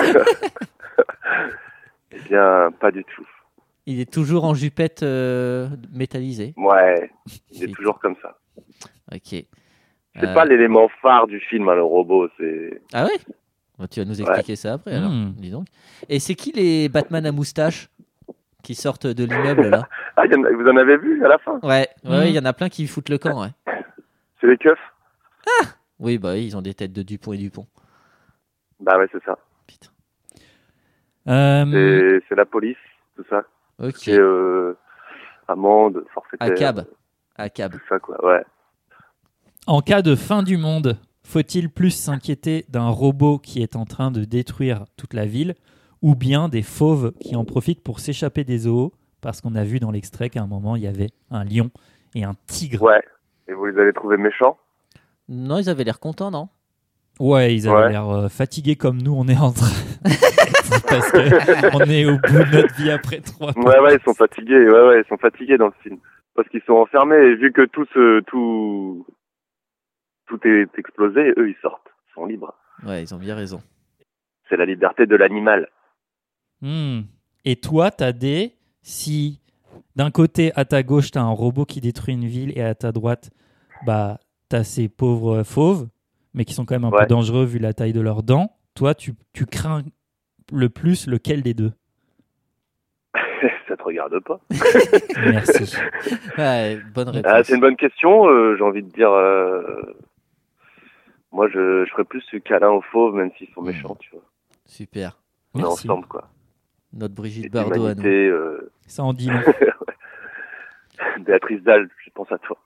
Speaker 8: eh bien, pas du tout.
Speaker 1: Il est toujours en jupette euh, métallisée.
Speaker 8: Ouais, il
Speaker 1: Si.
Speaker 8: est toujours comme ça.
Speaker 1: Ok.
Speaker 8: C'est
Speaker 1: Euh,
Speaker 8: pas l'élément phare du film, hein, le robot. C'est
Speaker 1: Ah ouais Bah, Tu vas nous expliquer ça après alors.
Speaker 4: Hmm.
Speaker 1: Dis donc. Et c'est qui les Batman à moustache qui sortent de l'immeuble
Speaker 8: (laughs)
Speaker 1: là
Speaker 8: ah, il y en a- vous en avez vu à la fin
Speaker 1: Ouais, ouais, ouais, il
Speaker 4: Hmm.
Speaker 1: y en a plein qui foutent le camp. Ouais.
Speaker 8: C'est les keufs.
Speaker 1: Oui, bah oui, ils ont des têtes de Dupont et Dupont.
Speaker 8: Bah ouais, c'est ça.
Speaker 1: Putain.
Speaker 4: Euh,
Speaker 8: C'est c'est la police, tout ça.
Speaker 1: Hmm. Ok.
Speaker 8: C'est euh, amende, forfaitaire.
Speaker 1: À cab. À cab.
Speaker 8: Tout ça quoi. Ouais.
Speaker 4: en cas de fin du monde, faut-il plus s'inquiéter d'un robot qui est en train de détruire toute la ville ou bien des fauves qui en profitent pour s'échapper des zoos Parce qu'on a vu dans l'extrait qu'à un moment, il y avait un lion et un tigre.
Speaker 8: Ouais. Et vous les avez trouvés méchants
Speaker 1: Non, ils avaient l'air contents, non
Speaker 4: Ouais, ils avaient
Speaker 8: Ouais.
Speaker 4: l'air euh, fatigués comme nous, on est en train. (laughs) d'être, parce que on est au bout de notre vie après trois.
Speaker 8: Ouais, ouais, ils sont fatigués. Ouais, ouais, ils sont fatigués dans le film. parce qu'ils sont enfermés et vu que tout se tout tout est explosé, eux ils sortent, ils sont libres.
Speaker 1: Ouais, ils ont bien raison.
Speaker 8: C'est la liberté de l'animal.
Speaker 4: Hmm. Et toi, t'as des si d'un côté à ta gauche t'as un robot qui détruit une ville et à ta droite bah t'as ces pauvres euh, fauves mais qui sont quand même un
Speaker 8: Ouais.
Speaker 4: peu dangereux vu la taille de leurs dents. Toi, tu, tu crains le plus lequel des deux
Speaker 8: Ça te regarde pas.
Speaker 4: Merci.
Speaker 1: Ouais, bonne réponse.
Speaker 8: Ah, c'est une bonne question. euh, J'ai envie de dire. euh, Moi, je, je ferais plus du câlin aux fauves, même s'ils sont méchants, tu vois.
Speaker 1: Super.
Speaker 8: On est
Speaker 4: Merci.
Speaker 8: (laughs) ensemble, quoi.
Speaker 1: Notre Brigitte
Speaker 8: Et
Speaker 1: Bardot à nous.
Speaker 8: l'humanité, euh, (laughs)
Speaker 4: Ça en dit long.
Speaker 8: Béatrice Dalle, je pense à toi.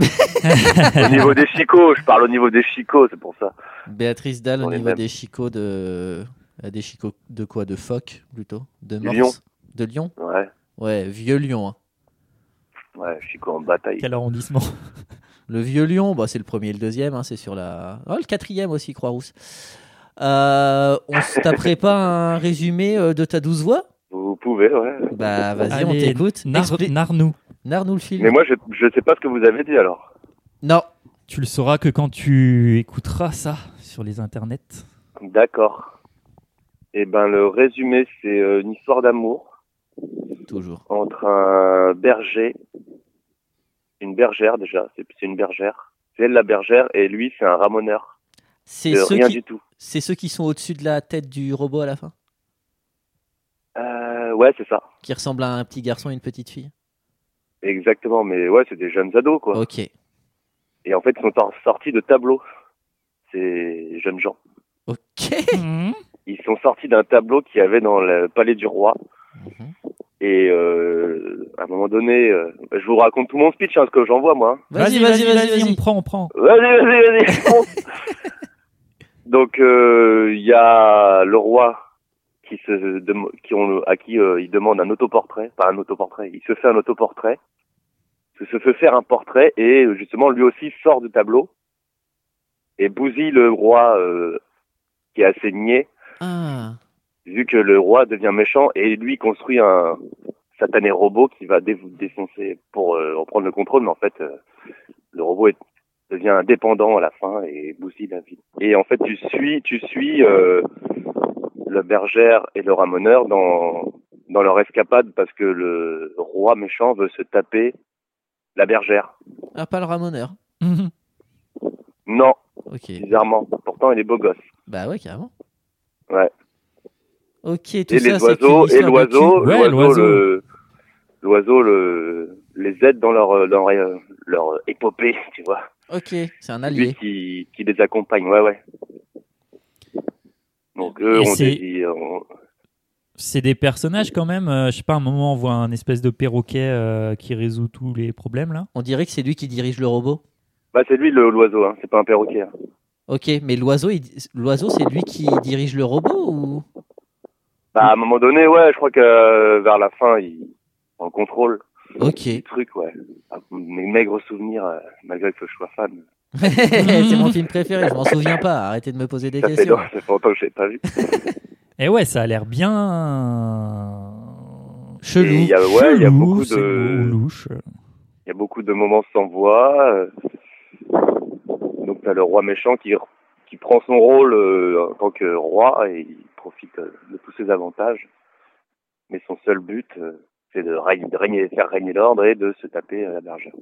Speaker 8: au niveau des chicots, je parle au niveau des chicots, c'est pour ça.
Speaker 1: Béatrice Dalle
Speaker 8: On
Speaker 1: au
Speaker 8: est
Speaker 1: niveau
Speaker 8: même.
Speaker 1: des chicots de. euh, Des chicots de quoi De phoque plutôt De
Speaker 8: Du
Speaker 1: morse
Speaker 8: lion.
Speaker 1: De lion
Speaker 8: Ouais,
Speaker 1: Ouais, vieux lion. hein.
Speaker 8: ouais, chicots en bataille.
Speaker 4: Quel arrondissement
Speaker 1: Le vieux lion, bah, c'est le premier et le deuxième, hein, c'est sur la. Ah, le quatrième aussi, Croix-Rousse. Euh, on se taperait
Speaker 8: (laughs)
Speaker 1: pas un résumé euh, de ta douze voix
Speaker 8: Vous pouvez, ouais.
Speaker 1: Bah vas-y, on
Speaker 4: Allez,
Speaker 1: t'écoute.
Speaker 4: Nar-
Speaker 1: Expli-
Speaker 4: Narnou.
Speaker 1: Narre-nous le film.
Speaker 8: Mais moi, je, je sais pas ce que vous avez dit alors.
Speaker 1: Non,
Speaker 4: Tu le sauras que quand tu écouteras ça sur les internets.
Speaker 8: D'accord. Eh ben, le résumé, c'est euh, une histoire d'amour.
Speaker 1: toujours.
Speaker 8: entre un berger, une bergère déjà, c'est c'est une bergère, c'est elle la bergère et lui c'est un ramoneur,
Speaker 1: C'est
Speaker 8: de
Speaker 1: ceux,
Speaker 8: Euh, rien
Speaker 1: qui...
Speaker 8: du tout.
Speaker 1: c'est ceux qui sont au-dessus de la tête du robot à la fin
Speaker 8: Euh, ouais c'est ça,
Speaker 1: Qui ressemblent à un petit garçon et une petite fille
Speaker 8: exactement, mais ouais c'est des jeunes ados quoi.
Speaker 1: Ok,
Speaker 8: Et en fait ils sont en- sortis de tableau, ces jeunes gens.
Speaker 1: ok.
Speaker 8: Ils sont sortis d'un tableau qu'il y avait dans le palais du roi
Speaker 1: Mhm.
Speaker 8: et euh, à un moment donné, euh, je vous raconte tout mon speech, hein, ce que j'en vois moi. hein.
Speaker 1: Vas-y, vas-y, vas-y,
Speaker 4: on
Speaker 1: vas-y.
Speaker 4: prend, on prend.
Speaker 8: Vas-y, vas-y, vas-y. fonce. Donc euh, il y a le roi qui se dem- qui on, à qui euh, il demande un autoportrait, pas un autoportrait, il se fait un autoportrait, il se fait faire un portrait et euh, justement lui aussi sort du tableau et bousille le roi euh, qui est assez niais
Speaker 1: Ah,
Speaker 8: vu que le roi devient méchant et lui construit un satané robot qui va dé- défoncer pour euh, reprendre le contrôle, mais en fait, euh, le robot est- devient indépendant à la fin et bousille la vie. Et en fait, tu suis, tu suis euh, le bergère et le ramoneur dans, dans leur escapade parce que le roi méchant veut se taper la bergère.
Speaker 1: ah, pas le ramoneur.
Speaker 4: Mhm.
Speaker 8: Non,
Speaker 1: Ok,
Speaker 8: bizarrement. Pourtant, il est beau gosse.
Speaker 1: bah ouais, carrément.
Speaker 8: Ouais.
Speaker 1: Ok, tout
Speaker 8: et
Speaker 1: ça,
Speaker 8: les
Speaker 1: c'est
Speaker 8: oiseaux
Speaker 1: qu'une
Speaker 8: et
Speaker 1: histoire de
Speaker 8: l'oiseau
Speaker 4: cul. Ouais,
Speaker 8: l'oiseau le l'oiseau le les aide dans leur euh, leur euh, leur épopée tu vois
Speaker 1: cul. Ok, c'est un
Speaker 8: lui
Speaker 1: allié.
Speaker 8: qui qui les accompagne ouais ouais donc eux
Speaker 4: Et
Speaker 8: on,
Speaker 4: c'est-
Speaker 8: dit- euh, on-
Speaker 4: C'est des personnages quand même. euh, je sais pas, à un moment, on voit un espèce de perroquet euh, qui résout tous les problèmes là.
Speaker 1: On dirait que c'est lui qui dirige le robot.
Speaker 8: bah c'est lui le l'oiseau hein, c'est pas un perroquet hein.
Speaker 1: Ok, mais l'oiseau, il- l'oiseau, c'est lui qui dirige le robot ou
Speaker 8: bah à un moment donné ouais je crois que euh, vers la fin il on le contrôle
Speaker 1: Ok, (laughs)
Speaker 8: le truc ouais Ah, mes maigres souvenirs euh, malgré que je sois fan
Speaker 1: c'est mon film préféré. Je m'en souviens pas. Arrêtez de me poser des
Speaker 8: ça fait,
Speaker 1: questions.
Speaker 8: ça fait longtemps que je l'ai pas vu
Speaker 4: Et Eh ouais, ça a l'air bien.
Speaker 8: Et il y a- ouais, il y a beaucoup
Speaker 4: c'est
Speaker 8: de-
Speaker 4: le mot, (laughs) louche.
Speaker 8: Il y a beaucoup de moments sans voix. euh, Donc t'as le roi méchant qui, qui prend son rôle euh, en tant que roi et il profite euh, de tous ses avantages. Mais son seul but, euh, c'est de, règne- de régner, faire régner l'ordre et de se taper à la bergère.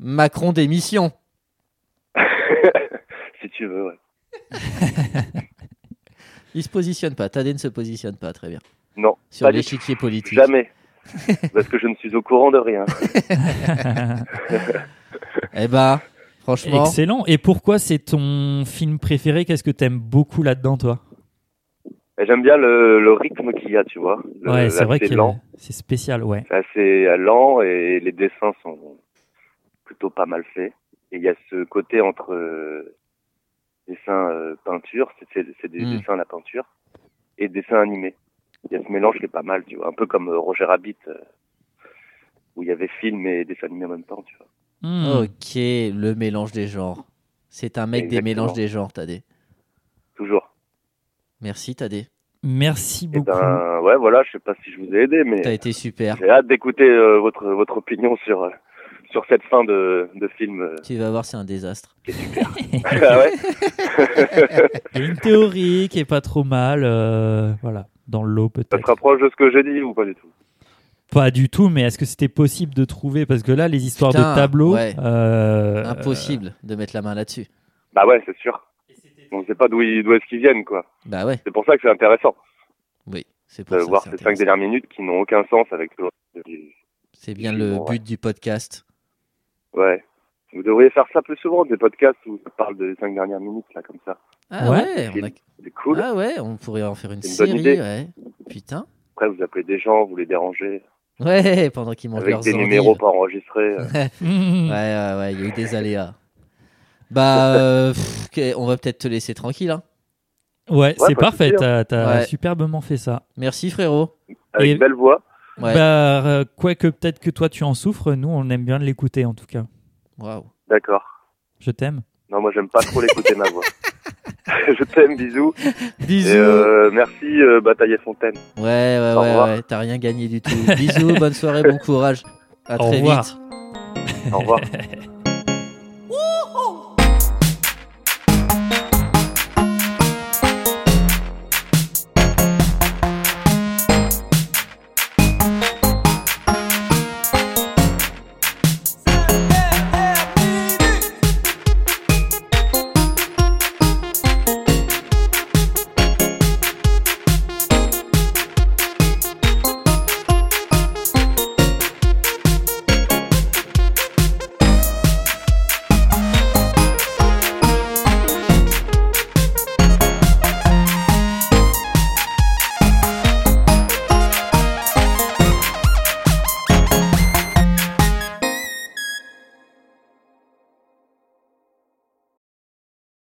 Speaker 1: Macron démission.
Speaker 8: si tu veux, ouais.
Speaker 1: Il se positionne pas. Tadé ne se positionne pas. Très bien.
Speaker 8: Non,
Speaker 1: Sur
Speaker 8: pas du tout.
Speaker 1: l'échiquier politique.
Speaker 8: Jamais. Parce que je ne suis au courant
Speaker 4: (laughs)
Speaker 8: de rien.
Speaker 1: Eh ben, franchement,
Speaker 4: Excellent. Et pourquoi c'est ton film préféré Qu'est-ce que t'aimes beaucoup là-dedans, toi
Speaker 8: Et J'aime bien le, le rythme qu'il y a, tu vois. Le-
Speaker 4: Ouais, c'est vrai
Speaker 8: l'aspect
Speaker 4: que
Speaker 8: lent.
Speaker 4: c'est spécial, ouais.
Speaker 8: C'est assez lent et les dessins sont plutôt pas mal faits. Et il y a ce côté entre euh, dessin euh, peinture, c'est- c'est c'est des
Speaker 1: Mm.
Speaker 8: dessins à la peinture, et dessin animé. Il y a ce mélange qui est pas mal, tu vois. Un peu comme euh, Roger Rabbit, euh, où il y avait film et dessin animé en même temps, tu vois.
Speaker 4: Hmm.
Speaker 1: ok, le mélange des genres. C'est un mec des
Speaker 8: Exactement.
Speaker 1: mélanges des genres, Tadé.
Speaker 8: Toujours.
Speaker 1: Merci, Tadé.
Speaker 4: Merci
Speaker 8: Et
Speaker 4: beaucoup.
Speaker 8: ben, ouais, voilà, je sais pas si je vous ai aidé, mais
Speaker 1: T'as été super.
Speaker 8: j'ai hâte d'écouter euh, votre, votre opinion sur, euh, sur cette fin de, de film. euh,
Speaker 1: Tu vas voir, c'est un désastre.
Speaker 8: ah ouais
Speaker 4: Il y a une théorie qui est pas trop mal. euh, voilà, dans l'eau
Speaker 8: Ça se
Speaker 4: peut-être.
Speaker 8: rapproche de ce que j'ai dit ou pas du tout
Speaker 4: Pas du tout, mais est-ce que c'était possible de trouver Parce que là, les histoires
Speaker 1: Putain,
Speaker 4: de tableaux.
Speaker 1: ouais.
Speaker 4: euh,
Speaker 1: Impossible de mettre la main là-dessus.
Speaker 8: Bah ouais, c'est sûr. On sait pas d'où ils- d'où est-ce qu'ils viennent, quoi.
Speaker 1: Bah ouais,
Speaker 8: C'est pour ça que c'est intéressant
Speaker 1: oui. C'est pour
Speaker 8: de
Speaker 1: ça que
Speaker 8: voir
Speaker 1: c'est
Speaker 8: ces cinq
Speaker 1: intéressant.
Speaker 8: dernières minutes qui n'ont aucun sens avec tout le reste du-
Speaker 1: C'est bien le
Speaker 8: Ouais.
Speaker 1: but du podcast.
Speaker 8: Ouais. Vous devriez faire ça plus souvent, des podcasts où on parle des cinq dernières minutes, là, comme ça.
Speaker 1: Ah ouais,
Speaker 4: Ouais.
Speaker 1: on a-
Speaker 8: C'est cool.
Speaker 1: ah ouais, on pourrait en faire une,
Speaker 8: C'est une bonne
Speaker 1: série.
Speaker 8: idée.
Speaker 1: Ouais. Putain.
Speaker 8: Après, vous appelez des gens, vous les dérangez,
Speaker 1: Ouais, pendant qu'ils mangent
Speaker 8: avec
Speaker 1: leurs
Speaker 8: des
Speaker 1: endives.
Speaker 8: numéros pas enregistrés. euh.
Speaker 1: (laughs) Ouais, ouais, ouais, il y a eu des aléas. Bah, euh, pff, ok, on va peut-être te laisser tranquille. hein.
Speaker 4: Ouais, bah,
Speaker 8: pas
Speaker 4: c'est
Speaker 8: de
Speaker 4: parfait.
Speaker 8: souci,
Speaker 4: T'as
Speaker 8: hein.
Speaker 4: t'as
Speaker 1: Ouais.
Speaker 4: superbement fait ça.
Speaker 1: Merci frérot.
Speaker 8: avec
Speaker 4: Et-
Speaker 8: belle voix.
Speaker 1: Ouais.
Speaker 4: Bah, euh, quoique peut-être que toi tu en souffres, nous on aime bien l'écouter en tout cas.
Speaker 1: Waouh.
Speaker 8: D'accord.
Speaker 4: Je t'aime.
Speaker 8: Non, moi, j'aime
Speaker 1: (laughs)
Speaker 8: pas trop l'écouter ma voix. (laughs) Je t'aime, bisous.
Speaker 1: Bisous.
Speaker 8: Et euh, merci, euh, Bataille et Fontaine.
Speaker 1: Ouais, ouais,
Speaker 8: au
Speaker 1: ouais,
Speaker 8: revoir.
Speaker 1: ouais, t'as rien gagné du tout. Bisous, bonne soirée, bon courage. À
Speaker 4: Au
Speaker 1: très
Speaker 4: revoir.
Speaker 1: vite.
Speaker 8: Au revoir.